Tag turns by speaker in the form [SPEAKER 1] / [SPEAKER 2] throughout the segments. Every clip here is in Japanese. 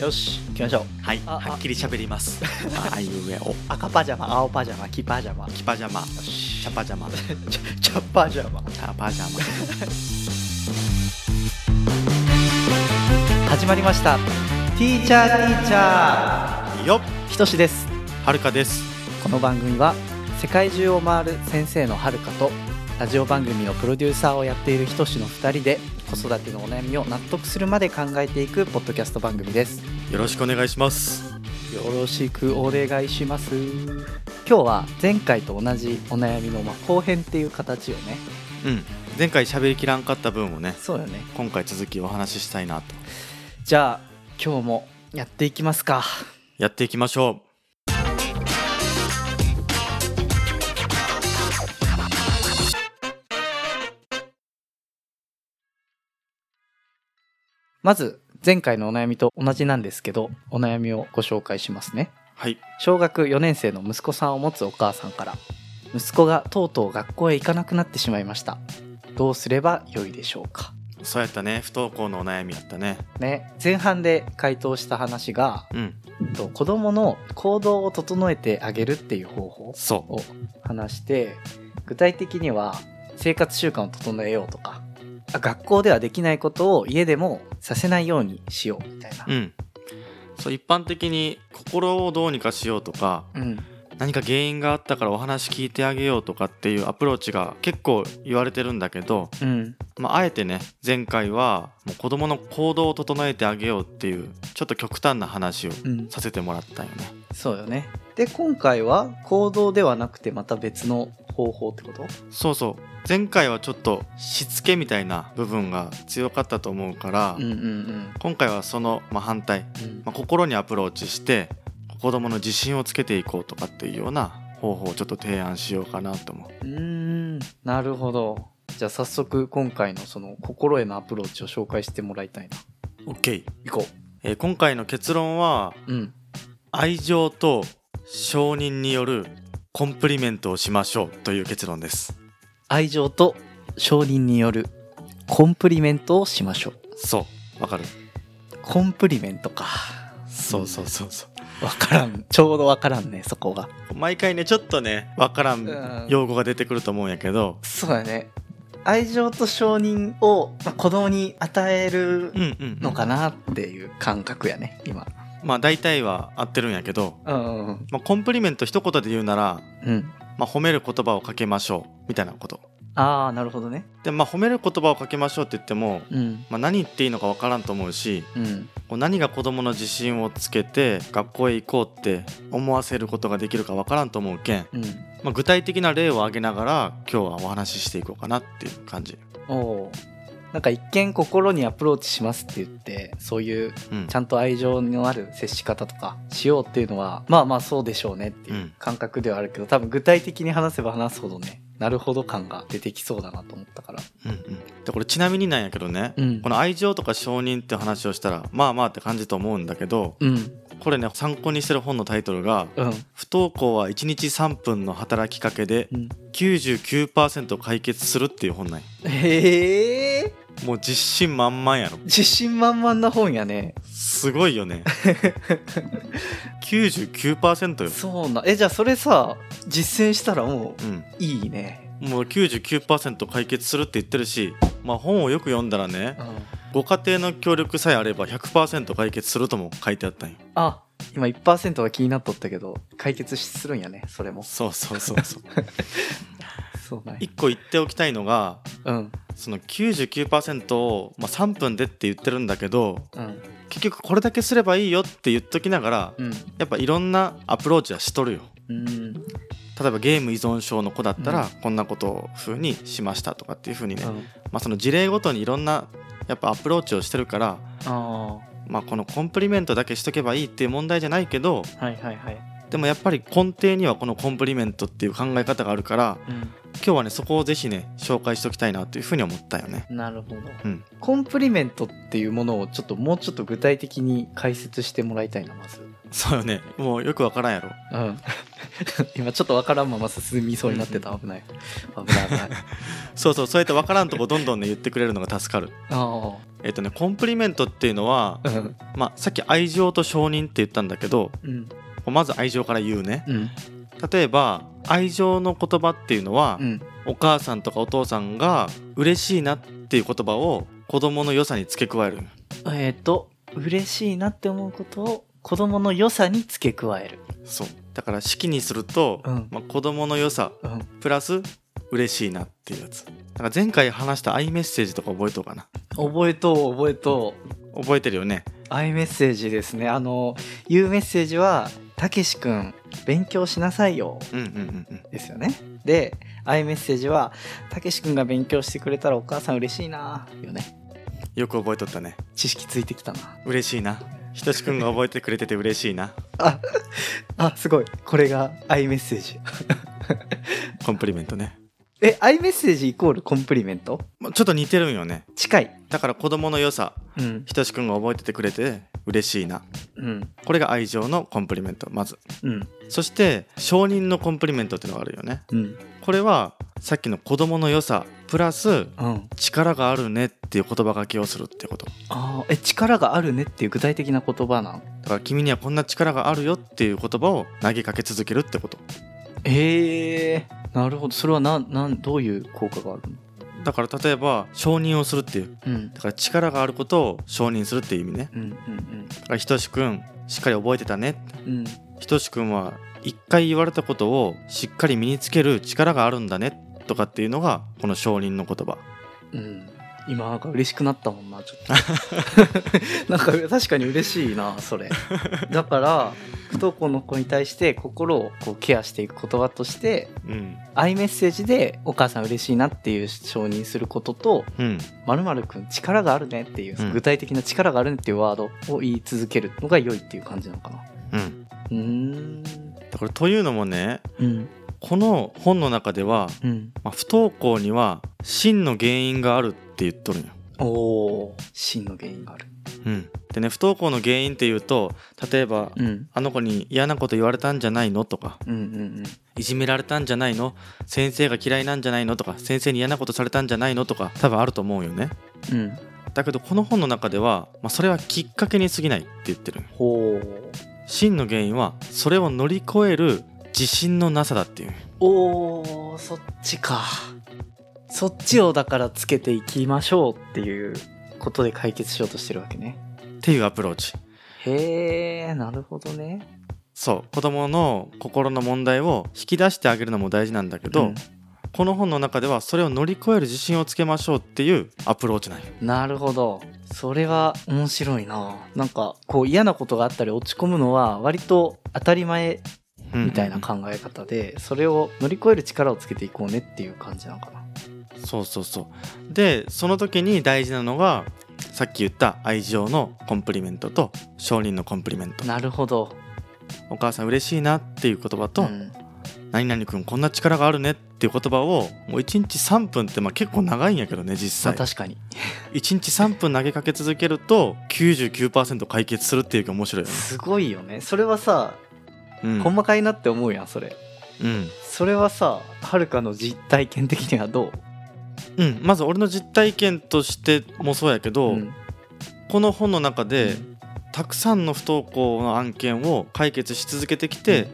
[SPEAKER 1] よし行きましょう
[SPEAKER 2] はい
[SPEAKER 1] あ
[SPEAKER 2] はっきり喋ります ああいうえお
[SPEAKER 1] 赤パジャマ青パジャマ黄パジ ャマ
[SPEAKER 2] キパジャマチャパジャマチ
[SPEAKER 1] チャチャパジャマ
[SPEAKER 2] ャパジャマ
[SPEAKER 1] 始まりましたティーチャーティーチャ
[SPEAKER 2] よっ
[SPEAKER 1] ーひとしです
[SPEAKER 2] はるかです
[SPEAKER 1] この番組は世界中を回る先生のはるかとラジオ番組のプロデューサーをやっているひとしの2人で子育てのお悩みを納得するまで考えていくポッドキャスト番組です
[SPEAKER 2] よろしくお願いします
[SPEAKER 1] よろしくお願いします今日は前回と同じお悩みのまあ後編っていう形をね
[SPEAKER 2] うん前回喋りきらんかった分をね
[SPEAKER 1] そうよね
[SPEAKER 2] 今回続きお話ししたいなと
[SPEAKER 1] じゃあ今日もやっていきますか
[SPEAKER 2] やっていきましょ
[SPEAKER 1] まず前回のお悩みと同じなんですけどお悩みをご紹介しますね
[SPEAKER 2] うはい
[SPEAKER 1] 小学4年生の息子さんを持つお母さんから息子がとうとう学校へ行かなくなってしまいましたどうすれば良いでしょうか
[SPEAKER 2] そうやったね不登校のお悩みやったね
[SPEAKER 1] ね前半で回答した話が
[SPEAKER 2] うん
[SPEAKER 1] えっと子供の行動を整えてあげるっていう方法
[SPEAKER 2] そ
[SPEAKER 1] を話して具体的には生活習慣を整えようとかあ学校ではできないことを家でもさせないようにしようみたいな
[SPEAKER 2] うう、んそう一般的に心をどうにかしようとか
[SPEAKER 1] うん
[SPEAKER 2] 何か原因があったからお話聞いてあげようとかっていうアプローチが結構言われてるんだけど、
[SPEAKER 1] うん、
[SPEAKER 2] まあ、あえてね前回はもう子どもの行動を整えてあげようっていうちょっと極端な話を
[SPEAKER 1] うん、
[SPEAKER 2] させてもらったよね
[SPEAKER 1] そうよねで今回は行動ではなくてまた別の方法ってこと
[SPEAKER 2] そうそう前回はちょっとしつけみたいな部分が強かったと思うから、
[SPEAKER 1] うんうん
[SPEAKER 2] 今回はその、まあ、反対、
[SPEAKER 1] うん
[SPEAKER 2] まあ、心にアプローチして子どもの自信をつけていこうとかっていうような方法をちょっと提案しようかなと思う
[SPEAKER 1] うーんなるほどじゃあ早速今回のその心へのアプローチを紹介してもらいたいな
[SPEAKER 2] OK、
[SPEAKER 1] 行こ
[SPEAKER 2] えー今回の結論は
[SPEAKER 1] ううん
[SPEAKER 2] 愛情と承認によるコンプリメントをしましょうという結論です
[SPEAKER 1] 愛情と承認によるコンプリメントをしましょう
[SPEAKER 2] そうわかる
[SPEAKER 1] コンプリメントか
[SPEAKER 2] そうそうそうそう
[SPEAKER 1] わからんちょうどわからんねそこが
[SPEAKER 2] 毎回ねちょっとねわからん用語が出てくると思うんやけど
[SPEAKER 1] そうだね愛情と承認を、まあ、子供に与える
[SPEAKER 2] うんうん
[SPEAKER 1] のかなっていう感覚やね今
[SPEAKER 2] まあ大体は合ってるんやけど、
[SPEAKER 1] うんうん
[SPEAKER 2] まあ、コンプリメント一言で言うなら、
[SPEAKER 1] うん
[SPEAKER 2] まあ、褒める言葉をかけましょうみたいなこと
[SPEAKER 1] ああなるほどね
[SPEAKER 2] でまあ褒める言葉をかけましょうって言っても、
[SPEAKER 1] うん
[SPEAKER 2] まあ、何言っていいのかわからんと思うし
[SPEAKER 1] うん
[SPEAKER 2] こう何が子どもの自信をつけて学校へ行こうって思わせることができるかわからんと思うけん、
[SPEAKER 1] うん
[SPEAKER 2] まあ、具体的な例を挙げながら今日はお話ししていこうかなっていう感じ、
[SPEAKER 1] おおなんか一見心にアプローチしますって言ってそういう
[SPEAKER 2] うん
[SPEAKER 1] ちゃんと愛情のある接し方とかしようっていうのはまあまあそうでしょうねっていう感覚ではあるけど、多分具体的に話せば話すほどねなるほど感が出てきそうだなと思ったから
[SPEAKER 2] うんうん、でこれちなみになんやけどね、
[SPEAKER 1] うん
[SPEAKER 2] この愛情とか承認って話をしたらまあまあって感じと思うんだけど
[SPEAKER 1] うん
[SPEAKER 2] これね参考にしてる本のタイトルが
[SPEAKER 1] うん
[SPEAKER 2] 「不登校は1日3分の働きかけで
[SPEAKER 1] うん
[SPEAKER 2] 99%解決する」っていう本なんや
[SPEAKER 1] へえ
[SPEAKER 2] もう実信満々やろ
[SPEAKER 1] 自信満々な本やね
[SPEAKER 2] すごい よね99%よ、
[SPEAKER 1] そうなえじゃあそれさ実践したらも
[SPEAKER 2] うん、
[SPEAKER 1] ういいね
[SPEAKER 2] もう99%解決するって言ってるしまあ本をよく読んだらね
[SPEAKER 1] うん
[SPEAKER 2] ご家庭の協力さえあれば100%解決するとも書いてあったんよ
[SPEAKER 1] あ今1%が気になっとったけど解決するんやねそれも
[SPEAKER 2] そうそうそうそう
[SPEAKER 1] そうなんや
[SPEAKER 2] 一個言っておきたいのが
[SPEAKER 1] うん
[SPEAKER 2] その99%を、まあ、3分でって言ってるんだけど
[SPEAKER 1] うん
[SPEAKER 2] 結局これだけすればいいよって言っときながら
[SPEAKER 1] うん
[SPEAKER 2] やっぱいろんなアプローチはしとるよ
[SPEAKER 1] うん
[SPEAKER 2] 例えばゲーム依存症の子だった
[SPEAKER 1] う
[SPEAKER 2] らこんなこと風にしましたとかっていう風にね、
[SPEAKER 1] うん
[SPEAKER 2] まあ、その事例ごとにいろんなやっぱアプローチをしてるから、
[SPEAKER 1] あ
[SPEAKER 2] まあ、このコンプリメントだけしとけばいいっていう問題じゃないけど
[SPEAKER 1] あはいはいはい
[SPEAKER 2] でもやっぱり根底にはこのコンプリメントっていう考え方があるから
[SPEAKER 1] う
[SPEAKER 2] 今日はねそこをぜひね紹介しておきたいなという風に思ったよね。
[SPEAKER 1] んなるほど、
[SPEAKER 2] うん
[SPEAKER 1] コンプリメントっていうものをちょっともうちょっと具体的に解説してもらいたいなまず
[SPEAKER 2] そうよねもうよくわからんやろ
[SPEAKER 1] うん 今ちょっとわからんまま進みそうになってた危ない 危ない危ない
[SPEAKER 2] そうそうそうやって分からんとこどんどんね言ってくれるのが助かる
[SPEAKER 1] ああ
[SPEAKER 2] えっとねコンプリメントっていうのは、
[SPEAKER 1] うん
[SPEAKER 2] まあ、さっき愛情と承認って言ったんだけど
[SPEAKER 1] うん
[SPEAKER 2] まず愛情から言うね
[SPEAKER 1] うん
[SPEAKER 2] 例えば愛情の言葉っていうのは、
[SPEAKER 1] うん
[SPEAKER 2] お母さんとかお父さんが嬉しいなっていう言葉を子供の良さに付け加える
[SPEAKER 1] えっ、と嬉しいなって思うことを子供の良さに付け加える
[SPEAKER 2] そうだから式にすると、
[SPEAKER 1] うん
[SPEAKER 2] まあ、子供の良さ
[SPEAKER 1] うん
[SPEAKER 2] プラス嬉しいなっていうやつだから前回話したアイメッセージとか覚えとうかな
[SPEAKER 1] 覚えとう覚えとう
[SPEAKER 2] 覚えてるよね
[SPEAKER 1] アイメッセージですねあの言うメッセージはたけしくん勉強しなさいよ
[SPEAKER 2] うんうんうんうん
[SPEAKER 1] ですよねでアイメッセージはたけしくんが勉強してくれたらお母さん嬉しいなよね
[SPEAKER 2] よく覚えとったね
[SPEAKER 1] 知識ついてきたな
[SPEAKER 2] 嬉しいなひとしくんが覚えてくれてて嬉しいな
[SPEAKER 1] ああすごいこれがアイメッセージ
[SPEAKER 2] コンプリメントね、
[SPEAKER 1] えアイメッセージイコールコンプリメント
[SPEAKER 2] まあ、ちょっと似てるんよね
[SPEAKER 1] 近い
[SPEAKER 2] だから子供の良さ
[SPEAKER 1] うん
[SPEAKER 2] ひとしくんが覚えててくれて嬉しいな
[SPEAKER 1] うん
[SPEAKER 2] これが愛情のコンプリメントまず
[SPEAKER 1] うん
[SPEAKER 2] そして承認のコンプリメントっていうのがあるよね
[SPEAKER 1] うん
[SPEAKER 2] これはさっきの子供の良さプラス
[SPEAKER 1] うん
[SPEAKER 2] 力があるねっていう言葉がけをするってこと
[SPEAKER 1] あーえ力があるねっていう具体的な言葉なの
[SPEAKER 2] だから君にはこんな力があるよっていう言葉を投げかけ続けるってこと
[SPEAKER 1] へえなるほどそれはななんどういう効果があるの
[SPEAKER 2] だから例えば承認をするっていう
[SPEAKER 1] うん
[SPEAKER 2] だから力があることを承認するっていう意味ね
[SPEAKER 1] うんうん
[SPEAKER 2] だからひとしくんしっかり覚えてたね
[SPEAKER 1] うん
[SPEAKER 2] ひとしくんは一回言われたことをしっかり身につける力があるんだねとかっていうのがこの承認の言葉
[SPEAKER 1] うんうん今なんか嬉しくなったもんなちょ っとなんか確かに嬉しいなそれだから不登校の子に対して心をこうケアしていく言葉として
[SPEAKER 2] うん
[SPEAKER 1] アイメッセージでお母さん嬉しいなっていう承認することと
[SPEAKER 2] うん
[SPEAKER 1] まるくん力があるねっていう、
[SPEAKER 2] うん
[SPEAKER 1] 具体的な力があるねっていうワードを言い続けるのが良いっていう感じなのかな
[SPEAKER 2] うん
[SPEAKER 1] うーん
[SPEAKER 2] だからというのもね
[SPEAKER 1] うん
[SPEAKER 2] この本の中では、
[SPEAKER 1] うん
[SPEAKER 2] まあ、不登校には真の原因があるって言っとるんよ
[SPEAKER 1] おお真の原因がある
[SPEAKER 2] うん、でね不登校の原因っていうと例えば、
[SPEAKER 1] うん
[SPEAKER 2] あの子に嫌なこと言われたんじゃないの?」とか
[SPEAKER 1] うんうん
[SPEAKER 2] 「いじめられたんじゃないの?」「先生が嫌いなんじゃないの?」とか「先生に嫌なことされたんじゃないの?」とか多分あると思うよね。
[SPEAKER 1] うんうん
[SPEAKER 2] だけどこの本の中では、まあ、それはきっかけに過ぎないって言ってる
[SPEAKER 1] ほう
[SPEAKER 2] 真の原因はそれを乗り越える自信のなさだっていう
[SPEAKER 1] おーそっちかそっちをだからつけていきましょうっていうことで解決しようとしてるわけね
[SPEAKER 2] っていうアプローチ
[SPEAKER 1] へえなるほどね
[SPEAKER 2] そう子供の心の問題を引き出してあげるのも大事なんだけど、
[SPEAKER 1] うん
[SPEAKER 2] この本の中ではそれを乗り越える自信をつけましょうっていうアプローチなんよ
[SPEAKER 1] なるほどそれは面白いななんかこう嫌なことがあったり落ち込むのは割と当たり前
[SPEAKER 2] うん
[SPEAKER 1] みたいな考え方で、それを乗り越える力をつけていこうねっていう感じなのかな
[SPEAKER 2] そうそうそうでその時に大事なのがさっき言った愛情のコンプリメントと承認のコンプリメント
[SPEAKER 1] なるほど
[SPEAKER 2] お母さん嬉しいなっていう言葉と、
[SPEAKER 1] うん
[SPEAKER 2] 何々くんこんな力があるねっていう言葉をもう1日3分ってまあ結構長いんやけどね
[SPEAKER 1] ま
[SPEAKER 2] 実
[SPEAKER 1] あ、
[SPEAKER 2] 際
[SPEAKER 1] 確かに
[SPEAKER 2] 1日3分投げかけ続けると99%解決するっていうか面白いよね、
[SPEAKER 1] すごいよねそれはさ、
[SPEAKER 2] うん
[SPEAKER 1] 細かいなって思うやんそれ
[SPEAKER 2] うん
[SPEAKER 1] それはさはるかの実体験的にはどう
[SPEAKER 2] うん、まず俺の実体験としてもそうやけど、
[SPEAKER 1] うん
[SPEAKER 2] この本の中で、
[SPEAKER 1] うん
[SPEAKER 2] たくさんの不登校の案件を解決し続けてきて、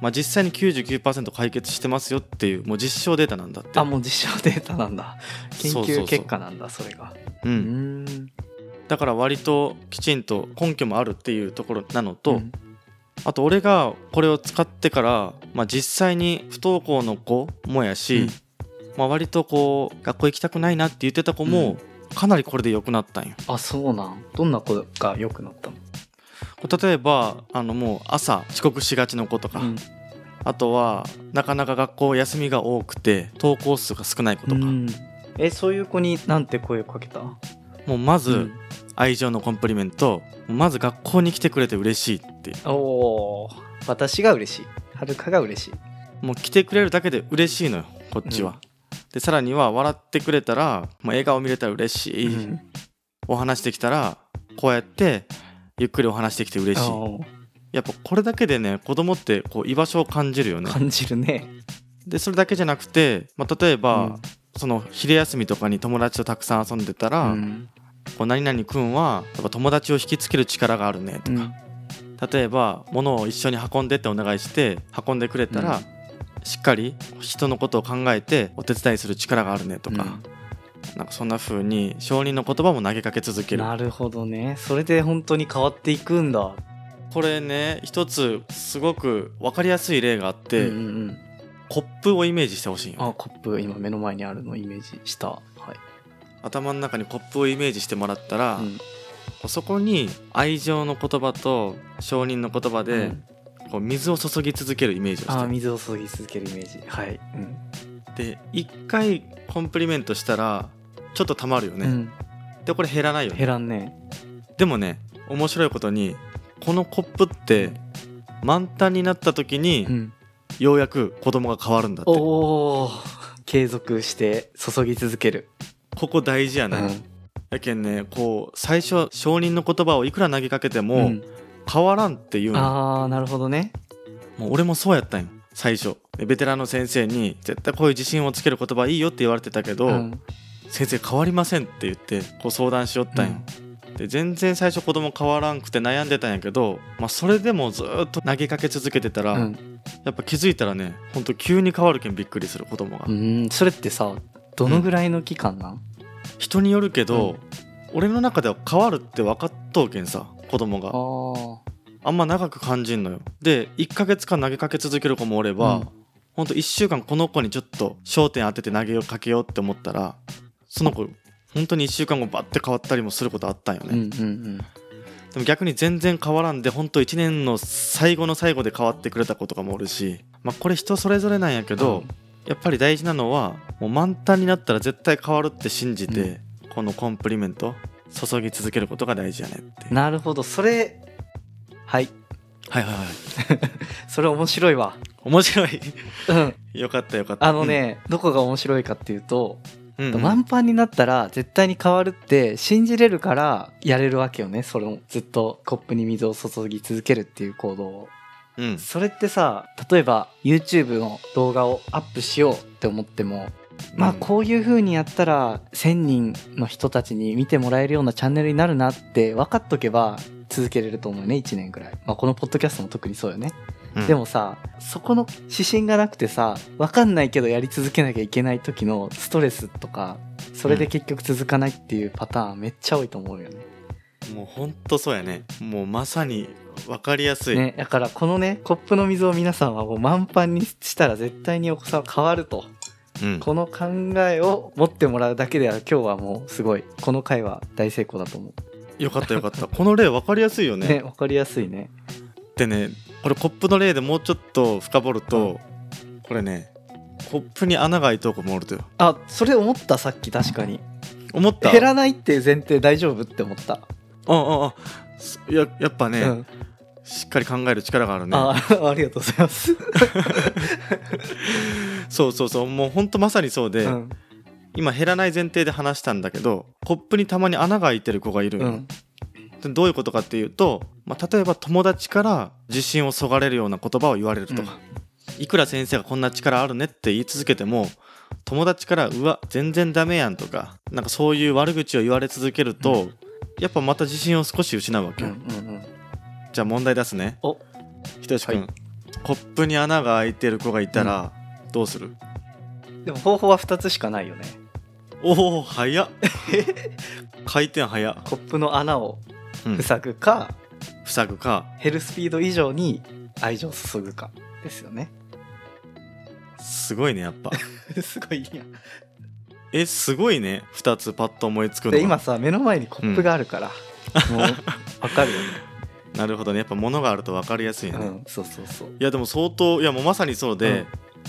[SPEAKER 2] まあ、実際に99%解決してますよっていうもう実証データなんだって
[SPEAKER 1] あもう実証データなんだ研
[SPEAKER 2] そうそうそ
[SPEAKER 1] 究
[SPEAKER 2] う
[SPEAKER 1] 結果なんだそれが
[SPEAKER 2] う、
[SPEAKER 1] うんん
[SPEAKER 2] だから割ときちんと根拠もあるっていうところなのと、
[SPEAKER 1] うん
[SPEAKER 2] あと俺がこれを使ってから、まあ、実際に不登校の子もやし、
[SPEAKER 1] うん
[SPEAKER 2] まあ、割とこう学校行きたくないなって言ってた子も、かなりこれで良くなったんよ
[SPEAKER 1] あそうなんどんな子が良くなったの
[SPEAKER 2] 例えばあのもう朝遅刻しがちの子とか、
[SPEAKER 1] うん
[SPEAKER 2] あとはなかなか学校休みが多くて登校数が少ない子とか、
[SPEAKER 1] うんえそういう子になんて声をかけた
[SPEAKER 2] もうま
[SPEAKER 1] う
[SPEAKER 2] ず
[SPEAKER 1] ん
[SPEAKER 2] 愛情のコンプリメントまず学校に来てくれて嬉しいっていう
[SPEAKER 1] おー私が嬉しいはるかが嬉しい
[SPEAKER 2] もう来てくれるだけで嬉しいのよこっちは、でさらには笑ってくれたら、まあ、笑顔見れたら嬉しい、
[SPEAKER 1] うん
[SPEAKER 2] お話できたらこうやってゆっくりお話できて嬉しい
[SPEAKER 1] おー
[SPEAKER 2] やっぱこれだけでね子供ってこう居場所を感じるよね
[SPEAKER 1] 感じるね
[SPEAKER 2] でそれだけじゃなくて、まあ、例えば、
[SPEAKER 1] うん
[SPEAKER 2] その昼休みとかに友達とたくさん遊んでたら、
[SPEAKER 1] うん
[SPEAKER 2] こう何々くんは例えば友達を引きつける力があるねとか、例えば物を一緒に運んでってお願いして運んでくれたら、しっかり人のことを考えてお手伝いする力があるねとか、なんかそんな風に証人の言葉も投げかけ続ける
[SPEAKER 1] なるほどねそれで本当に変わっていくんだ
[SPEAKER 2] これね一つすごく分かりやすい例があって、
[SPEAKER 1] うんうんうん
[SPEAKER 2] コップをイメージしてほしいよ
[SPEAKER 1] あコップ今目の前にあるのをイメージしたはい
[SPEAKER 2] 頭の中にコップをイメージしてもらったら、
[SPEAKER 1] うん
[SPEAKER 2] そこに愛情の言葉と証人の言葉で、
[SPEAKER 1] うん
[SPEAKER 2] こう水を注ぎ続けるイメージを
[SPEAKER 1] あー
[SPEAKER 2] して
[SPEAKER 1] 水を注ぎ続けるイメージはい、うん
[SPEAKER 2] で一回コンプリメントしたらちょっとたまるよね、でこれ減らないよ
[SPEAKER 1] うん、
[SPEAKER 2] ね
[SPEAKER 1] 減らんね
[SPEAKER 2] でもね面白いことにこのコップって満タンになった時に、
[SPEAKER 1] ん、
[SPEAKER 2] ようやく子供が変わるんだって
[SPEAKER 1] お
[SPEAKER 2] こ
[SPEAKER 1] おー継続して注ぎ続ける、
[SPEAKER 2] こ大事やね、やけんねこう最初証人の言葉をいくら投げかけても、
[SPEAKER 1] ん
[SPEAKER 2] 変わらんっていうの
[SPEAKER 1] ああなるほどね
[SPEAKER 2] もう俺もそうやったんよ最初でベテランの先生に絶対こういう自信をつける言葉いいよって言われてたけど、
[SPEAKER 1] うん
[SPEAKER 2] 先生変わりませんって言ってこう相談しよったんよ、で全然最初子供変わらんくて悩んでたんやけど、まあ、それでもずーっと投げかけ続けてたら、
[SPEAKER 1] うん
[SPEAKER 2] やっぱ気づいたらねほんと急に変わるけんびっくりする子供が、
[SPEAKER 1] うんそれってさどのぐらいの期間なん、
[SPEAKER 2] 人によるけ
[SPEAKER 1] う
[SPEAKER 2] ど、
[SPEAKER 1] ん
[SPEAKER 2] 俺の中では変わるって分かっとうけんさ子供が
[SPEAKER 1] あ
[SPEAKER 2] あんま長く感じんのよで1ヶ月間投げかけ続ける子もおれば、
[SPEAKER 1] うん
[SPEAKER 2] ほんと1週間この子にちょっと焦点当てて投げかけようって思ったらその子本当に1週間後バッて変わったりもすることあったんよ
[SPEAKER 1] あ
[SPEAKER 2] ね、
[SPEAKER 1] うんうんうん
[SPEAKER 2] でも逆に全然変わらんで本当1年の最後の最後で変わってくれた子とかもおるし、まあ、これ人それぞれなんやけど、
[SPEAKER 1] うん
[SPEAKER 2] やっぱり大事なのはもう満タンになったら絶対変わるって信じて、
[SPEAKER 1] う
[SPEAKER 2] このコンプリメント注ぎ続けることが大事やねって
[SPEAKER 1] なるほどそれはい
[SPEAKER 2] はいはいはい
[SPEAKER 1] それ面白いわ
[SPEAKER 2] 面白い
[SPEAKER 1] うん
[SPEAKER 2] よかったよかった
[SPEAKER 1] あの、ね、どこが面白いかっていうと、
[SPEAKER 2] うんうんうん
[SPEAKER 1] 満帆になったら絶対に変わるって信じれるからやれるわけよねそのずっとコップに水を注ぎ続けるっていう行動を
[SPEAKER 2] うん
[SPEAKER 1] それってさ例えば YouTube の動画をアップしようって思ってもまあこういう風にやったら1,000人の人たちに見てもらえるようなチャンネルになるなって分かっとけば続けれると思うね1年くらい、まあ、このポッドキャストも特にそうよね
[SPEAKER 2] うん
[SPEAKER 1] でもさそこの指針がなくてさ分かんないけどやり続けなきゃいけない時のストレスとかそれで結局続かないっていうパターンめっちゃ多いと思うよね。
[SPEAKER 2] もうほんとそうやねもうまさに分かりやすい、
[SPEAKER 1] ねだからこのねコップの水を皆さんはもう満帆にしたら絶対にお子さんは変わると
[SPEAKER 2] うん、
[SPEAKER 1] この考えを持ってもらうだけでは今日はもうすごいこの回は大成功だと思
[SPEAKER 2] よかったよかったこの例分かりやすいよ
[SPEAKER 1] う。
[SPEAKER 2] ね
[SPEAKER 1] ね分かりやすいね。
[SPEAKER 2] でねこれコップの例でもうちょっと深掘ると、これねコップに穴が開いとう子もおるとよ
[SPEAKER 1] あそれ思ったさっき確かに。
[SPEAKER 2] 思った
[SPEAKER 1] 減らないっていう前提大丈夫って思った。
[SPEAKER 2] うんうんうんすややっぱね、
[SPEAKER 1] うん
[SPEAKER 2] しっかり考える力があるね
[SPEAKER 1] あありがとうございます。
[SPEAKER 2] そうそうそうもうほんとまさにそうで、
[SPEAKER 1] うん
[SPEAKER 2] 今減らない前提で話したんだけどコップにたまに穴が開いてる子がいるよ
[SPEAKER 1] う
[SPEAKER 2] ね、
[SPEAKER 1] ん
[SPEAKER 2] でどういうことかっていうと、まあ、例えば友達から自信をそがれるような言葉を言われるとか、いくら先生がこんな力あるねって言い続けても友達から「うわ全然ダメやん」とかなんかそういう悪口を言われ続けると、やっぱまた自信を少し失うわけ
[SPEAKER 1] うん
[SPEAKER 2] よ、
[SPEAKER 1] うんうん
[SPEAKER 2] じゃあ問題出すね
[SPEAKER 1] お
[SPEAKER 2] ひとし君、
[SPEAKER 1] はい
[SPEAKER 2] コップに穴が開いてる子がいたらどうする、
[SPEAKER 1] でも方法は2つしかないよね
[SPEAKER 2] お お早っ回転早っ、
[SPEAKER 1] コップの穴を
[SPEAKER 2] うん、
[SPEAKER 1] 塞ぐか、
[SPEAKER 2] 塞ぐか
[SPEAKER 1] 減るスピード以上に愛情を注ぐかですよね
[SPEAKER 2] すごいねやっぱ
[SPEAKER 1] すごいや
[SPEAKER 2] えすごいね2つパッと思いつくのが
[SPEAKER 1] で今さ目の前にコップがあるから、もう分かるよ ね、
[SPEAKER 2] なるほどねやっぱ物があると分かりやすいね、
[SPEAKER 1] う
[SPEAKER 2] い
[SPEAKER 1] ん、そうそうそう
[SPEAKER 2] やでも相当いやもうまさにそうで、
[SPEAKER 1] うん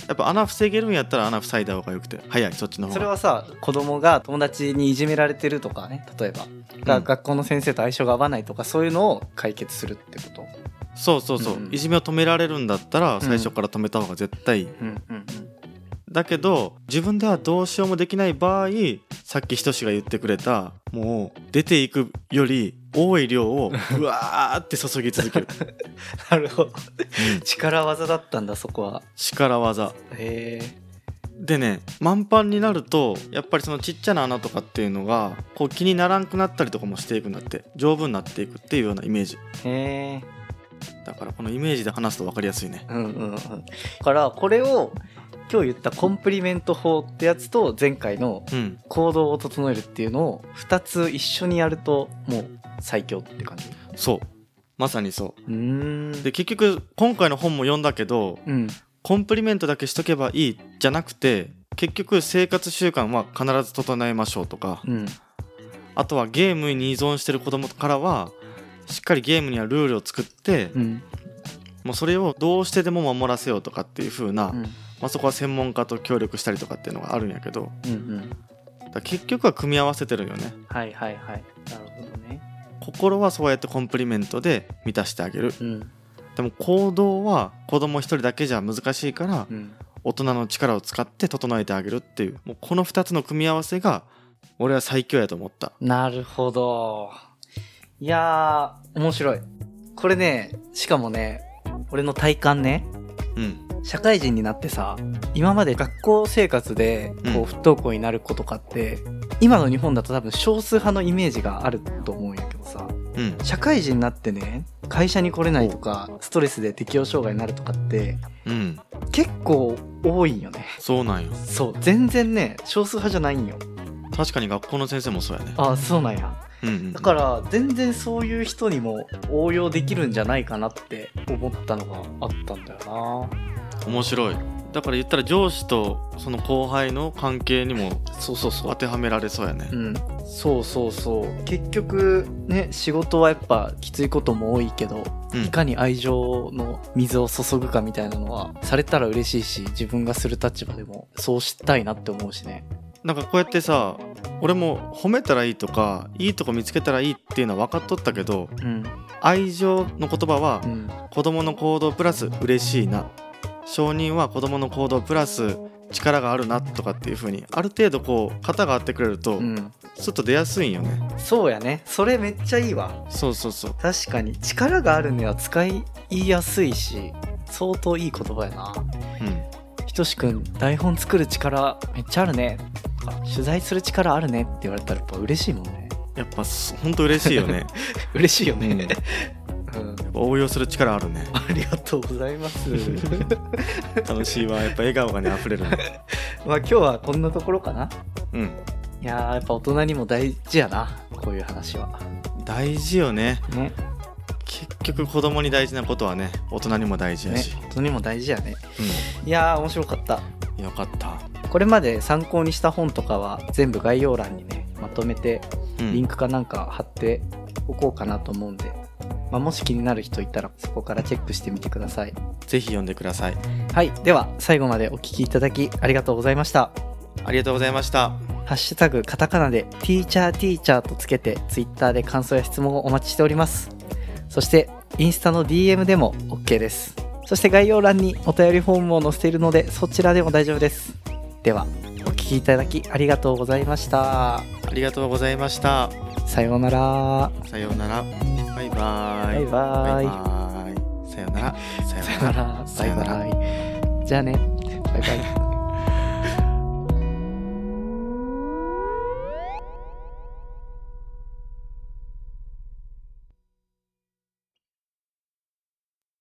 [SPEAKER 2] やっぱ穴防げるんやったら穴塞いだ方がよくて早いそっちの方が
[SPEAKER 1] それはさ子供が友達にいじめられてるとかね例えば、が
[SPEAKER 2] うん
[SPEAKER 1] 学校の先生と相性が合わないとかそういうのを解決するってこと
[SPEAKER 2] そうそうそう、
[SPEAKER 1] うんうん
[SPEAKER 2] いじめを止められるんだったら
[SPEAKER 1] ん
[SPEAKER 2] 最初から止めた方が絶対いい、
[SPEAKER 1] うん うん
[SPEAKER 2] だけど自分ではどうしようもできない場合さっきひとしが言ってくれたもう出ていくより多い量 をうわーって注ぎ続ける
[SPEAKER 1] なるほど力技だったんだそこは
[SPEAKER 2] 力技
[SPEAKER 1] へえ
[SPEAKER 2] でね満帆になるとやっぱりそのちっちゃな穴とかっていうのがこう気にならんくなったりとかもしていくんだって丈夫になっていくっていうようなイメージ
[SPEAKER 1] へえ
[SPEAKER 2] だからこのイメージで話すと分かりやすいね
[SPEAKER 1] うんうんうんだからこれを今日言ったコンプリメント法ってやつと前回の
[SPEAKER 2] うん
[SPEAKER 1] 行動を整えるっていうのを2つ一緒にやるともう最強って感じ
[SPEAKER 2] そうまさにそう
[SPEAKER 1] ーん
[SPEAKER 2] うで結局今回の本も読んだけど
[SPEAKER 1] うん
[SPEAKER 2] コンプリメントだけしとけばいいじゃなくて結局生活習慣は必ず整えましょうとか
[SPEAKER 1] うん
[SPEAKER 2] あとはゲームに依存してる子供からはしっかりゲームにはルールを作って
[SPEAKER 1] うん
[SPEAKER 2] もうそれをどうしてでも守らせようとかっていう風な、
[SPEAKER 1] うん
[SPEAKER 2] まあ、そこは専門家と協力したりとかっていうのがあるんやけど
[SPEAKER 1] うんうん
[SPEAKER 2] だから結局は組み合わせてるよね
[SPEAKER 1] はいはいはいなるほどね
[SPEAKER 2] 心はそうやってコンプリメントで満たしてあげる
[SPEAKER 1] うん
[SPEAKER 2] でも行動は子供一人だけじゃ難しいから
[SPEAKER 1] うん
[SPEAKER 2] 大人の力を使って整えてあげるっていうもうこの2つの組み合わせが俺は最強やと思った
[SPEAKER 1] なるほどいやー面白いこれねしかもね俺の体感ね
[SPEAKER 2] うん
[SPEAKER 1] 社会人になってさ今まで学校生活でこ
[SPEAKER 2] うん
[SPEAKER 1] う不登校になる子とかって、今の日本だと多分少数派のイメージがあると思うんやけどさ
[SPEAKER 2] うん
[SPEAKER 1] 社会人になってね会社に来れないとかストレスで適応障害になるとかって
[SPEAKER 2] うん
[SPEAKER 1] 結構多いんよね
[SPEAKER 2] そうなんよ
[SPEAKER 1] そう全然ね少数派じゃないんよ
[SPEAKER 2] 確かに学校の先生もそうやね
[SPEAKER 1] ああそうなんや
[SPEAKER 2] うんうん
[SPEAKER 1] だから全然そういう人にも応用できるんじゃないかなって思ったのがあったんだよ
[SPEAKER 2] 面白いだから言ったら上司とその後輩の関係にも
[SPEAKER 1] なそうそうそ
[SPEAKER 2] 当てはめられそうやね
[SPEAKER 1] うん、そうそうそう結局ね仕事はやっぱきついことも多いけど
[SPEAKER 2] うん
[SPEAKER 1] いかに愛情の水を注ぐかみたいなのはされたら嬉しいし自分がする立場でもそうしたいなって思うしね
[SPEAKER 2] なんかこうやってさ俺も褒めたらいいとかいいとこ見つけたらいいっていうのは分かっとったけど
[SPEAKER 1] うん
[SPEAKER 2] 愛情の言葉は
[SPEAKER 1] うん
[SPEAKER 2] 子供の行動プラス嬉しいな承認は子供の行動プラス力があるなとかっていう風にある程度こう型があってくれると
[SPEAKER 1] うん
[SPEAKER 2] ちょっと出やすいんよね
[SPEAKER 1] そうやねそれめっちゃいいわ
[SPEAKER 2] そうそうそう
[SPEAKER 1] 確かに力があるには使いやすいし相当いい言葉やな
[SPEAKER 2] うん
[SPEAKER 1] ひとしくん台本作る力めっちゃあるねとか取材する力あるねって言われたらやっぱ嬉しいもんね
[SPEAKER 2] やっぱそほんと嬉しいよね
[SPEAKER 1] 嬉しいよ
[SPEAKER 2] うん
[SPEAKER 1] ね
[SPEAKER 2] やっ、
[SPEAKER 1] うん
[SPEAKER 2] ぱ応用する力あるね
[SPEAKER 1] ありがとうございます。
[SPEAKER 2] 楽しいわやっぱ笑顔がね溢れるね
[SPEAKER 1] まあ今日はこんなところかな。
[SPEAKER 2] うん
[SPEAKER 1] いやーやっぱ大人にも大事やなこういう話は。
[SPEAKER 2] 大事よね
[SPEAKER 1] ね
[SPEAKER 2] 結局子供に大事なことはね大人にも大事や
[SPEAKER 1] ね
[SPEAKER 2] し、
[SPEAKER 1] 大人にも大事やね。いやー面白かった。
[SPEAKER 2] うん、よかった、
[SPEAKER 1] これまで参考にした本とかは全部概要欄にねまとめて
[SPEAKER 2] うん、
[SPEAKER 1] リンクかなんか貼っておこうかなと思うんで。まあ、もし気になる人いたらそこからチェックしてみてください。
[SPEAKER 2] ぜひ読んでください
[SPEAKER 1] はい。では、最後までお聞きいただきありがとうございました。
[SPEAKER 2] ありがとうございました
[SPEAKER 1] ハッシュタグカタカナでティーチャーティーチャーとつけてツイッターで感想や質問をお待ちしております。そしてインスタの DM でも OK です。そして概要欄にお便りフォームを載せているのでそちらでも大丈夫です。ではお聞きいただきありがとうございました。
[SPEAKER 2] ありがとうございました
[SPEAKER 1] さようなら。
[SPEAKER 2] さようならバイバー
[SPEAKER 1] バイバイ
[SPEAKER 2] イバイバーイさようならさよう
[SPEAKER 1] さよ
[SPEAKER 2] な
[SPEAKER 1] うな
[SPEAKER 2] ら
[SPEAKER 1] ら。バイバイ。じゃあね。バイバイ。